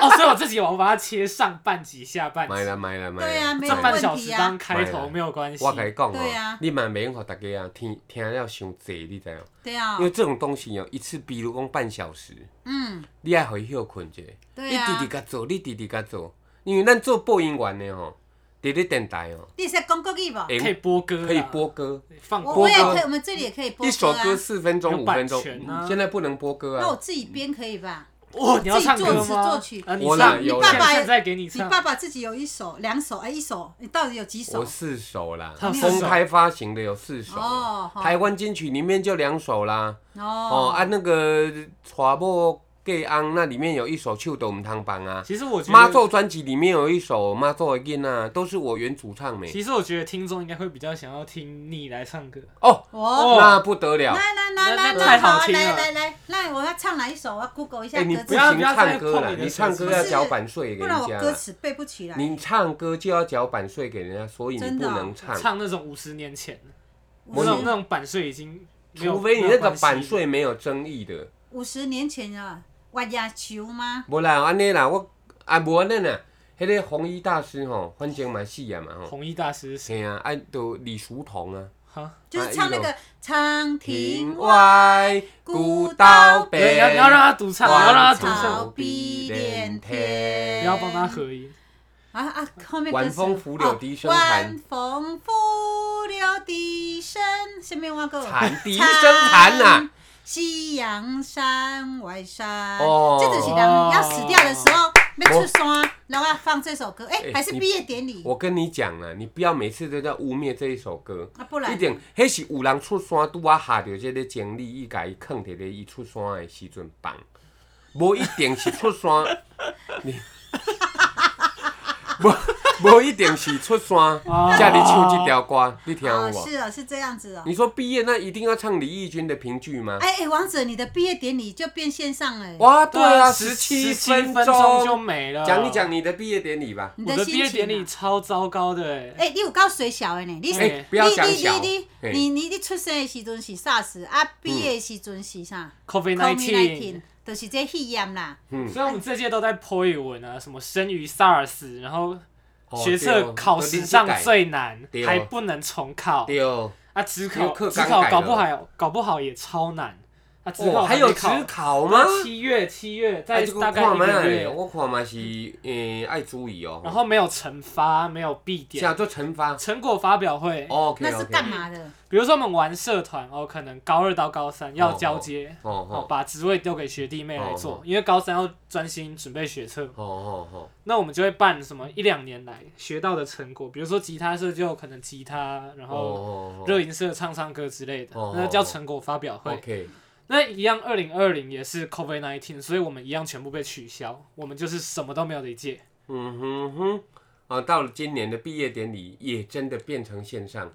S2: 哦，所以我自己我把它切上半集、下半
S1: 买
S2: 集，
S1: 啦买啦买啦。
S3: 对啊没有
S2: 上
S1: 买啦
S2: 半
S3: 问
S2: 小
S3: 题
S2: 时
S3: 啊
S2: 当开头
S1: 买
S2: 没有关系。
S1: 我甲你讲
S3: 对啊
S1: 哦，你嘛免互大家啊听听了伤济，你知影？
S3: 对啊
S1: 因，为这种东西哦，一次比如讲半小时，
S3: 嗯，
S1: 你爱互伊休困者，
S3: 对
S1: 你直直
S3: 啊。
S1: 甲做，你直直甲做，因为咱做播音员的吼，伫咧电台哦，
S3: 你是讲国语无？
S1: 会
S2: 可以播歌啦，
S1: 可以播歌，
S2: 放
S3: 我
S2: 歌
S3: 我也
S1: 播
S3: 可
S1: 歌
S3: 以，我们这里也可以啊播
S1: 一首
S3: 歌
S1: 歌
S3: 啊。
S1: 四分钟、五
S2: 有版
S1: 分钟
S2: 权，啊
S1: 现在不能播歌
S3: 那我
S1: 啊。
S3: 自己编可以吧？
S2: 哇，哦你要唱歌
S3: 自己作
S2: 吗？
S3: 词作曲
S2: 啊，你
S1: 我啦
S2: 唱，
S1: 有
S3: 啦你爸爸
S2: 现在给你
S3: 你
S2: 唱。
S3: 爸爸自己有一首、两首，哎，一首，你到底有几
S1: 我
S3: 首？
S1: 四首啦，
S2: 他有
S1: 公
S2: 四首
S1: 开发行的有四首啦，
S3: 哦，好
S1: 台湾金曲里面就两首啦。哦
S3: 哦
S1: 啊，那个《娶某嫁翁》那里面有一首《手都唔通放》啊，
S2: 其实我
S1: 《
S2: 觉
S1: 妈
S2: 得，
S1: 祖》专辑里面有一首《妈祖的囡仔》，都是我原主唱的。
S2: 其实我觉得听众应该会比较想要听你来唱歌。
S1: 哦，
S3: 哦，
S1: 那不得了。
S3: 来来来来
S2: 那那
S3: 来，
S2: 太好听了
S3: 来来来，那我要唱哪一首？我要 Google 一下
S1: 哎、你
S3: 歌
S1: 不
S3: 词
S2: 要，
S1: 行唱歌啦，
S2: 不要再碰你的
S1: 你唱歌要缴版税给
S3: 不然
S1: 人
S3: 我
S1: 家
S3: 歌
S1: 啦。
S3: 词背不起来。
S1: 你唱歌就要缴版税给人家，所以你
S3: 真
S1: 不
S3: 的哦
S1: 能唱，
S2: 唱那种五十年前，
S3: 五
S2: 那种那
S3: 十
S2: 种版税已经没有，
S1: 除非你那个版
S2: 没有关系，
S1: 税没有争议的。
S3: 五十年前啊，挖牙球吗？
S1: 无啦，安尼啦，我啊无安尼啦，迄、个红衣大师吼，反正嘛死啊嘛吼，
S2: 红衣大师是谁？
S1: 嘿啊，啊都李叔同啊。
S2: 哈，
S3: 就是唱那
S1: 啊
S3: 个长亭
S1: 庭
S3: 外，
S1: 外古道
S2: 你
S1: 北，
S2: 要你要让他独唱，你
S1: 花
S2: 要让他独
S1: 草
S2: 唱，
S1: 碧连天，
S2: 不要帮他合音。
S3: 啊啊，后面歌词
S1: 晚风拂柳笛声
S3: 哦
S1: 残
S3: 晚风拂柳笛声，下面我个
S1: 蝉笛声残啊呐。
S3: 夕阳山外山，
S1: 哦
S3: 这就是人要死掉的时候，要出山，然后要放这首歌。哎、
S1: 哎
S3: 还是毕业典礼
S1: 我跟你讲啊，你不要每次都在污蔑这一首歌。
S3: 啊，不
S1: 一
S3: 然
S1: 定，迄是有人出山拄啊下着即个经历，伊家伊囥伫咧伊出山的时阵放，无一定是出山，
S3: <laughs>
S1: 你， <laughs> 无无一定是出山，
S2: 哦
S1: 才你唱即条歌，你听有
S3: 哦，
S1: 无？
S3: 是哦，是这样子哦。
S1: 啊你说毕业那一定要唱李翊君的《评剧》吗？
S3: 哎哎，王者，你的毕业典礼就变线上了、哎
S1: 哇，对啊，
S2: 十
S1: 十七
S2: 分
S1: 分
S2: 钟就
S1: 钟，
S2: 没了。
S1: 讲一讲你的毕业典礼吧。
S3: 你
S2: 我的毕
S3: 心
S2: 业典
S3: 情
S2: 礼
S3: 啊。
S2: 超糟糕的欸，
S3: 哎、你有够水小的呢，你、
S2: 哎
S1: 哎，不要讲小哎嗯
S3: 你，你
S1: 嘿
S3: 你你你出生的时阵是 SARS，啊，毕业的时阵是啥
S2: COVID
S3: ？COVID-19，
S2: nineteen。
S3: 就是这肺炎啦。
S1: 嗯
S2: 所以我们这届都在泼语文啊，什么生于 SARS，然后
S1: 哦
S2: 学测考史上最难，
S1: 对哦
S2: 还不能重考
S1: 对哦，
S2: 啊，只
S1: 没有
S2: 考
S1: 课
S2: 只
S1: 纲
S2: 考
S1: 改
S2: 搞不
S1: 了
S2: 好搞不好也超难啊，只
S1: 哦
S2: 考
S1: 还有
S2: 没
S1: 职
S2: 考
S1: 考吗？
S2: 七月七月
S1: 啊
S2: 在
S1: 这个
S2: 大概
S1: 看
S2: 一
S1: 嘛
S2: 个
S1: 欸
S2: 月，
S1: 我看嘛是诶爱注意哦。
S2: 然后没有惩罚，没有必
S1: 想
S2: 点，
S1: 做惩罚哦
S2: 成果发表会，
S1: ，OK，
S3: 那是干？嘛的？
S2: 比如说我们玩社团哦，可能高二到高三要交接。
S1: 哦
S2: 哦，
S1: 哦
S2: 把职位丢给学弟妹来
S1: 哦
S2: 做，因为高三要专心准备学测，
S1: 哦哦哦，
S2: 那我们就会办什么一两年来学到的成果，比如说吉他社就有可能吉他，然后
S1: 哦
S2: 热音社唱唱歌之类的
S1: 哦，
S2: 那叫成果发表会。
S1: ，OK，
S2: 那一样，二零二零也是 COVID nineteen，所以我们一样全部被取消，我们就是什么都没有的一届。
S3: 哎
S1: 嗯哼哼，啊，到了今年的毕业典礼也真的变成线上，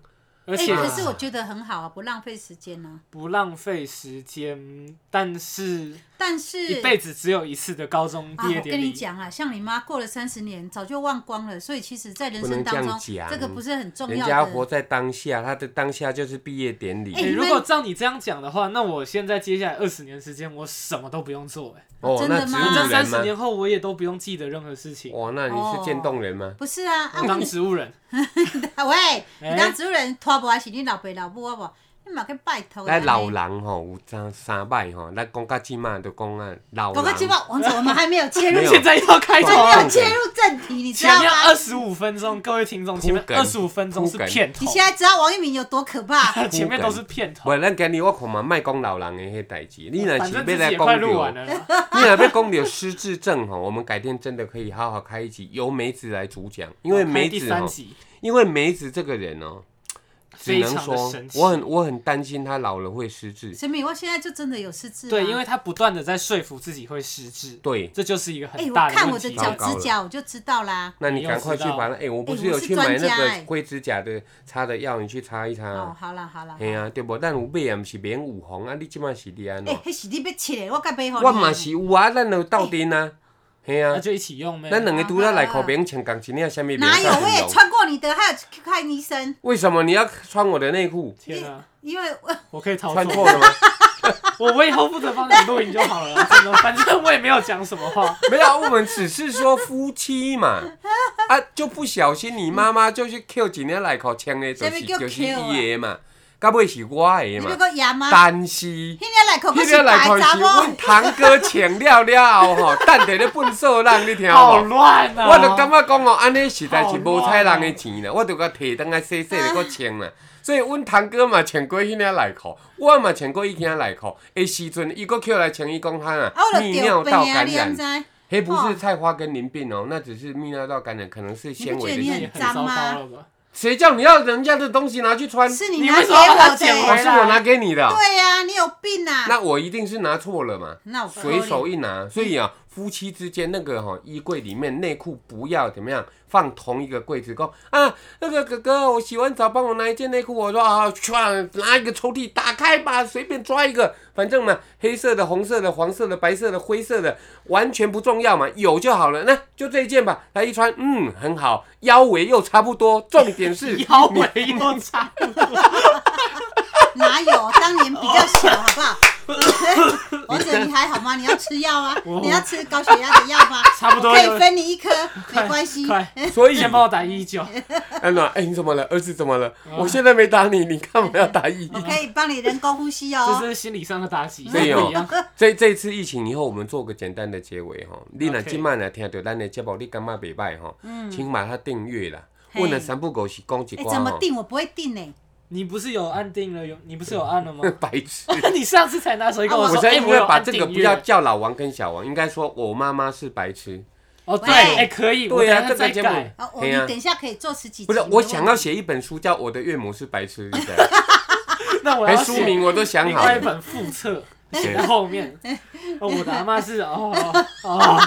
S2: 而
S3: 哎、
S2: 且
S3: 可啊是我觉得很好啊，不浪费时间呢、
S2: 不浪费时间，但是
S3: 但是
S2: 一辈子只有一次的高中
S3: 啊，
S2: 毕业
S3: 我
S2: 典
S3: 跟
S2: 礼
S3: 你。讲啊，像你妈过了三十年，早就忘光了，所以其实，在人
S1: 不
S3: 生
S1: 能这
S3: 当
S1: 样
S3: 中，
S1: 讲
S3: 这个不是很重
S1: 人
S3: 要
S1: 家
S3: 的。
S1: 活在当下，他的当下就是毕业典礼。
S3: 哎
S2: 欸
S3: 你
S2: 如
S3: 们
S2: 果照你这样讲的话，那我现在接下来二十年时间，我什么都不用做、欸，
S1: 哦，
S3: 真的
S1: 那植
S3: 吗
S2: 反
S3: 啊
S2: 正
S1: 物
S2: 三
S1: 人
S2: 十
S1: 吗？哦
S2: 年后我也都不用记得任何事
S3: 哦
S2: 情，
S1: 哇，那你是渐冻人吗？
S3: 不是啊，啊
S2: 我当植物人。
S3: 啊喂，
S2: 哎
S3: 你当植物人拖博还是你老爸老母好无？你嘛去拜托
S1: 咱
S3: 安尼
S1: 哎老人吼有三三摆吼，咱讲到即满就讲啊老
S3: 我
S1: 人。
S3: 们节目，王总，我们还没有切入
S1: 没，有
S2: 现在要开头
S1: 对
S3: 还没
S1: 啊
S2: 了，
S3: 有切入正题，你知
S2: 前
S3: 道
S2: 面二
S3: 吗？
S2: 十五分钟，各位听众，
S1: 铺
S2: 前面
S1: 梗
S2: 二十五分钟是片头
S3: 你，现在知道王一鸣有多可怕？
S2: <laughs> 前面都是片头，哦
S1: 喂，咱今日我看嘛，卖讲老人的迄代志。你若
S2: 反
S1: 是
S2: 正
S1: 要
S2: 自己
S1: 来
S2: 也
S1: 讲
S2: 快录
S1: 到
S2: 完，了啦。
S1: <laughs> 你若要讲到失智症吼，我们改天真的可以好好开一集，由梅子来主讲，因为哦梅
S2: 开第
S1: 子
S2: 三
S1: 吼，
S2: 集
S1: 因为梅子这个人哦，只
S2: 非
S1: 能
S2: 常的
S1: 说
S2: 神奇
S1: 我，很我很担心他老了会失智。
S3: 神明，我现在就真的有失智了。
S2: 对，因为他不断的在说服自己会失智，
S1: 对，
S2: 这就是一个
S3: 哎，
S2: 很大
S3: 我看
S2: 的
S3: 我
S2: 问
S3: 的
S2: 题。
S3: 脚趾甲我就知道啦。
S1: 那你赶快去把那哎、我不是有去买
S3: 我是专
S1: 那
S3: 家哎
S1: 个灰指甲的擦的药，你去擦一擦。
S3: 哦，好啦好啦，
S1: 嗯嘿啊，对无？咱有买也毋是免有红啊，你即摆是伫安怎
S3: 哎，？迄是你要切的，我甲背后。
S1: 我嘛是有啊，咱有斗阵啊，嘿
S2: 那
S1: 啊，
S2: 就一起用呗。
S1: 咱两个拄咱内裤免穿共一领，啥物棉
S3: 哪有？
S1: 纱
S3: 我也
S1: 羽绒？
S3: 穿过你的，还有去看医生，
S1: 为什么你要穿我的内裤？
S2: 天啊，
S3: 因为我
S2: 我可以逃
S1: 穿
S2: 脱
S1: 错了吗？ <laughs>
S2: 我我以后负责帮你录影就好了啦，真
S3: <laughs>
S2: 的，反正我也没有讲什么话。
S1: 没有，我们只是说夫妻嘛， <laughs> 啊，就不小心你妈妈就去捡一领内裤穿的，就
S3: 什
S1: 是
S3: 么叫
S1: 就是
S3: 捡啊
S1: 伊的嘛，到尾是我的
S3: 你
S1: 嘛
S3: 要，个牙吗？
S1: 但是。
S3: <laughs> 迄个来口
S1: 迄
S3: 是
S1: 个来
S3: 白
S1: 看
S3: 查
S1: 是
S3: 某
S1: 阮，堂哥请了了后吼， <laughs> 等下咧粪扫人，你听有
S2: 好
S1: 无？
S2: 乱啊！
S1: 我就感觉讲哦，安尼实在是无彩人的钱啦，我就甲摕当来洗洗咧，搁穿啦。所以阮堂哥嘛穿过迄领内裤，我嘛穿过迄领内裤。的时阵，伊搁捡来穿，伊讲他啊
S3: 啊，我就
S1: 泌尿
S3: 掉
S1: 道
S3: 病啊，
S1: 感
S3: 你知不
S1: 染，
S3: 知？
S1: 嘿，不是菜花跟淋病哦，那只是泌尿道感染，可能是纤维的
S3: 你不觉得你
S1: 事。
S2: 也
S3: 很
S2: 很糟糕了吧？
S1: 谁叫你要人家的东西拿去穿？
S3: 是你
S2: 你
S3: 拿
S2: 为
S3: 给
S2: 什么要把它
S3: 我的
S2: 捡
S1: 我
S2: 回
S3: 欸。
S1: 是我拿给你的哦。
S3: 对呀，你有病啊！
S1: 那我一定是拿错了嘛，
S3: 那我
S1: 随手一拿，所以啊，夫妻之间那个哈、衣柜里面内裤不要怎么样放同一个柜子，说啊那个哥哥，我洗完澡帮我拿一件内裤，我说啊，唰拿一个抽屉打开吧，随便抓一个，反正嘛，黑色的、红色的、黄色的、白色的、灰色的，完全不重要嘛，有就好了，那就这一件吧，来一穿，嗯，很好，腰围又差不多，重点是
S2: 腰围又差，
S3: 哪有？当年比较小，好
S2: <laughs>
S3: 不好？王者，你还好吗？你要吃药啊？
S2: 我
S3: 你要吃高血压的药吗？
S2: <laughs> 差不多
S3: 我可
S2: 有
S3: 以分你一颗， <laughs> 没关系。
S2: 快，
S1: 所以
S2: 先帮我打一九，
S1: 安暖，哎、你怎么了？儿子怎么了？我现在没打你，你干嘛要打一？ <laughs>
S3: 我可以帮你人工呼吸
S2: 这
S3: 哦。
S2: 是心理上的打击，
S1: 所以
S2: 不
S1: 哦
S2: 一样。
S1: 这这一次疫情以后，我们做个简单的结尾吼。你若
S2: OK 嗯
S1: 今晚来听到咱的节目，你感觉袂歹吼，请把它订阅啦。
S3: 嘿
S1: 问了三不狗是讲一
S3: 哎，
S1: 挂
S3: 怎么
S1: 吼，
S3: 定？我不会定呢。
S2: 你不是有按定了有？你不是有按了吗？
S1: <laughs> 白痴。
S2: 你上次才拿手机跟
S3: 啊
S1: 我
S2: 说，
S1: 现在
S2: 哎，
S1: 应
S2: <laughs> 我有
S1: 该把
S2: 按
S1: 这个
S2: 订
S1: 不要
S2: 阅。
S1: 叫老王跟小王，应该说我妈妈是白痴。
S2: 哦，对，
S3: 喂
S2: 哎，可以，我
S1: 对啊，
S2: 等
S1: 这个
S2: 下再
S1: 节目
S2: 改。
S3: 哦，，我
S1: 嘿
S3: 你
S1: 啊
S3: 等，一下可以做十几集。
S1: 不是
S3: 没
S1: 我
S3: 问题
S1: 想要写一本书，叫《我的岳母是白痴》，对不对？
S2: 那 <laughs> 我
S1: 还
S2: 要
S1: 书
S2: 写
S1: 名我都想
S2: 另
S1: 好
S2: 外一
S1: 了。
S2: 本
S1: <laughs>
S2: 附册，
S1: 写
S2: 写在后面。哦，我的阿妈是哦哦，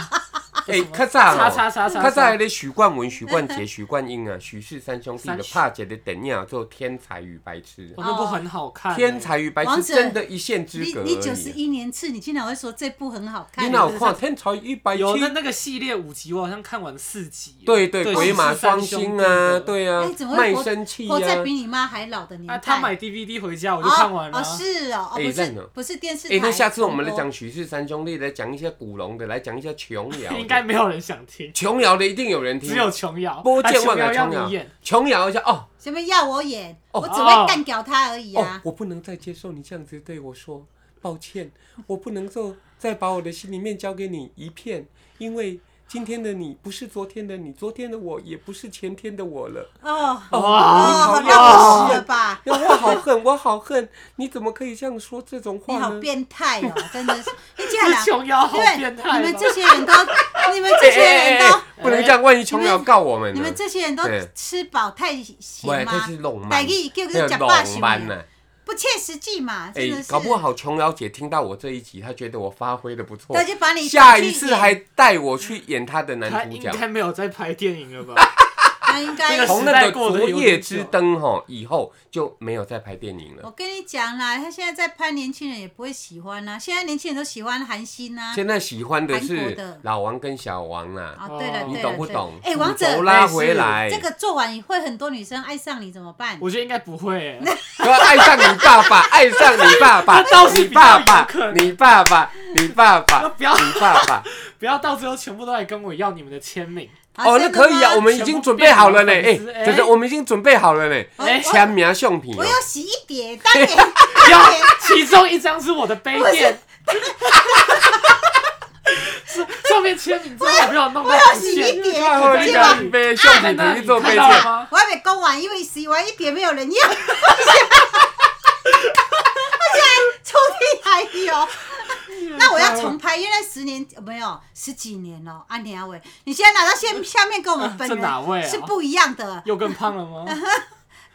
S1: 哎，较早
S2: 叉
S1: 吼。
S2: 叉叉叉
S1: 较早迄
S2: 叉，
S1: 个许冠文、许冠杰、许冠英啊，许氏三兄弟
S2: 三
S1: 的
S2: 许
S1: 拍一个电影做《天才与白痴》。
S2: <laughs> 我那部很好看。欸
S1: 天才与白
S3: 王
S1: 痴
S3: 子
S1: 真的一线之
S3: 你
S1: 隔而
S3: 你九十
S1: 已。啊
S3: 一年次，你竟然会说这部很好看？
S1: 你哪有看天才与白痴？
S2: 有的那个系列五集，我好像看完四集。
S1: 对对，鬼马
S2: 是三
S1: 双
S2: 兄
S1: 星
S2: 弟的
S1: 啊，对啊
S3: 哎怎，么会
S1: 卖
S3: 活
S1: 身契
S3: 活
S1: 啊。
S3: 在比你妈还老的年代。
S2: 啊，他买 DVD 回家，我
S3: 我
S2: 就看完了
S3: 哦，
S2: 啊。
S3: 是哦，哦
S1: 哎
S3: 不
S1: 赞哦
S3: 是不是电视
S1: 哎
S3: 台。，
S1: 那下次我们来
S3: 重播
S1: 讲许氏三兄弟，来讲一些古龙的，来讲一些琼瑶的。
S2: <laughs> <laughs> 应该没有人
S1: <laughs>
S2: 想听，
S1: 琼瑶的一定有人听。
S2: 只有琼瑶。
S1: 波
S2: 啊
S1: 剑
S2: 琼
S1: 万
S2: 瑶
S1: 改
S2: 要
S1: 琼
S2: 你
S1: 瑶
S2: 演，，
S1: 琼瑶一下哦
S3: 什么要我演，
S1: 哦
S3: 我只会干掉他而已
S1: 哦
S3: 啊，！
S1: 我不能再接受你这样子对我说，抱歉，我不能够再把我的心里面交给你一片，因为今天的你不是昨天的你，昨天的我也不是前天的我了。
S3: 哦
S1: 哦
S3: 哦，
S1: 你讨厌
S3: 那不是了吧？
S1: 哎我好 <laughs> 恨，我好恨！你怎么可以这样说这种
S3: 你
S1: 话
S3: 好
S1: 呢？
S3: 变态
S2: <laughs>
S3: 哦，真的是，你竟
S2: 这
S3: 然
S2: 琼瑶好
S3: 对
S2: 变态
S3: 啊
S2: 啊
S3: 你们
S2: 吧。
S3: 这些人
S1: <laughs>
S3: 都，你们
S1: 哎
S3: 这些人都，
S1: 不能这样，万一琼瑶告我们
S3: 你
S1: 呢
S3: 们？这些人都
S1: 对
S3: 吃饱太闲
S1: 喂，这
S3: 吗
S1: 是？浪漫
S3: 台，语叫
S1: 这
S3: 做
S1: 是
S3: 吃饱
S1: 浪
S3: 休
S1: 漫呢
S3: 眠，。不切实际嘛，真
S1: 哎
S3: 的，是
S1: 搞。不好琼瑶姐听到我这一集，她觉得我发挥的不错
S3: 他，就把你
S1: 哦下
S3: 打去
S1: 一次
S3: 演
S1: 还带我去演她的男
S2: 他
S1: 主
S2: 应
S1: 角。
S2: 该没有在拍电影了吧？
S3: 他应该
S2: 这个
S1: 从
S2: 时
S1: 那
S2: 代
S1: 个
S2: 过得
S1: 《
S2: 有
S1: 昨夜
S2: 点
S1: 之
S2: 久
S1: 灯》吼以后就没有再拍电影了。
S3: 我跟你讲啦，他现在在拍年轻人也不会喜欢啦、现在年轻人都喜欢韩星啊。
S1: 现在喜欢的
S3: 韩
S1: 是
S3: 国的
S1: 老王跟小王啦，
S3: 哦，对了，
S2: 哦
S1: 你
S3: 对
S1: 懂
S3: 了，
S1: 不
S3: 对了
S1: 懂？。
S3: 哎，王
S1: 骨头
S3: 者，
S1: 拉回来，
S3: 这个做完会很多女生爱上你，怎么办？
S2: 我觉得应该不会、欸，
S1: 要爱上你爸
S2: <laughs>
S1: 爸，爱上你爸爸，
S2: 这倒是
S1: 你
S2: 比较
S1: 爸
S2: 有
S1: 爸
S2: 可，能啊
S1: 你爸爸，你爸爸，
S2: 不要
S1: 你爸爸。
S2: 不要到最后全部都来跟我要你们的签名。
S3: 啊
S1: 哦，那可以啊，我。们已经准备好了呢。
S2: 全部
S1: 哎
S2: 变成粉丝，哎
S1: 就是我们已经准备好了呢。
S2: 哎、
S3: 我
S1: 签名相片
S3: 哦我
S1: 哦，
S3: 有洗一点，当年
S2: 有，其中一张是我的杯垫。是上面签名之后没有弄到
S3: 我有
S2: 不
S3: 洗一
S2: 见，
S3: 点，
S1: 看好 <laughs> 你
S3: 结
S1: 把
S3: 果
S1: 你的相
S2: 在
S1: 片
S2: 那
S1: 拿去
S2: 里
S1: 做背
S2: 哎看到了
S1: 景。
S2: 吗？
S3: 我还没讲完，因为洗完一点没有人要。我现在抽屉还有。那我要重拍，因为那十年没有十几年了，安田阿伟，你现在拿到下下面跟我们本
S2: 这哪位啊
S3: 人是不一样的，
S2: 又更胖了吗？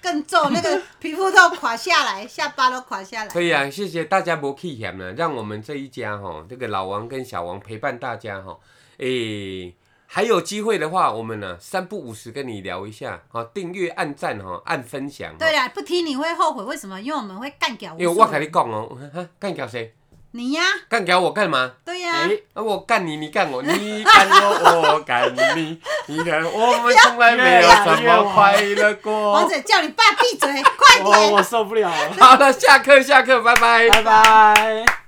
S3: 更皱，那个皮肤都垮下来，下巴都垮下来。
S1: 可以啊，谢谢大家不弃嫌了，让我们这一家哈，这个老王跟小王陪伴大家哈。诶，还有机会的话，我们呢三不五时跟你聊一下啊，订阅、按赞哈，按分享哈。
S3: 对
S2: 啊
S3: 啦，不听你会后悔，为什么？因为我们会干掉
S2: 哎
S3: 无数
S1: 因为我跟你讲哦，哈干掉谁？
S3: 你呀，
S1: 干掉我干嘛？
S3: 对呀、
S2: 哎，
S1: 啊，我干你，你干我，你干我，我干你，你干我，我们从来没有这么快乐
S3: 王
S1: 过。
S3: 者叫你爸闭嘴，快
S2: 哦我
S3: 点。
S2: 我受不了了，
S1: 好了，下课，下课，拜拜。
S2: 拜拜。